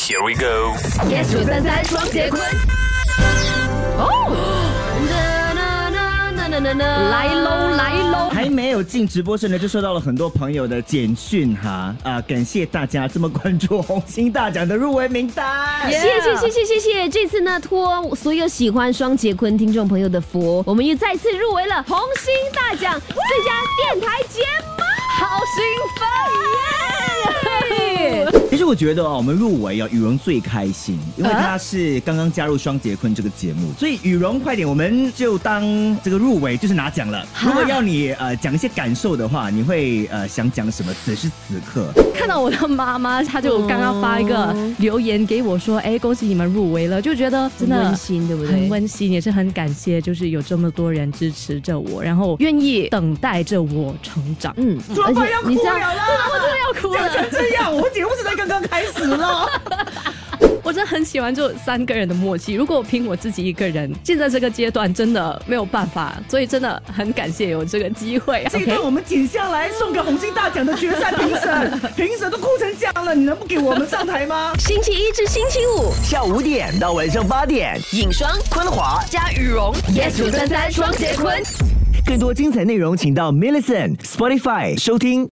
Here we go。 Yes 九三三双节棍。哦，来喽来喽！还没有进直播室呢，就收到了很多朋友的简讯哈啊、感谢大家这么关注红星大奖的入围名单。谢谢谢谢谢谢！这次呢，托所有喜欢双节棍听众朋友的福，我们又再次入围了红星大奖最佳电台节目，好兴奋！其实我觉得哦，我们入围哦，羽绒最开心，因为啊他是刚刚加入双节棍这个节目，所以羽绒快点，我们就当这个入围就是拿奖了。如果要你呃讲一些感受的话，你会呃想讲什么？此时此刻，看到我的妈妈，她就刚刚发一个留言给我说：“哎，恭喜你们入围了！”就觉得真的很温馨对不对很温馨，也是很感谢，就是有这么多人支持着我，然后愿意等待着我成长。嗯，嗯，而且你知道，我真的要哭讲了，成这样，我节目是在刚刚开始了。我真的很喜欢就三个人的默契。如果我凭我自己一个人，现在这个阶段真的没有办法，所以真的很感谢有这个机会。啊这一段我们剪下来送给红星大奖的决赛评审，评审都哭成这样了，你能不给我们上台吗？星期一至星期五下午五点到晚上八点，影双昆华。加羽绒。 yes 九三三双节棍。更多精彩内容，请到 Millison Spotify 收听。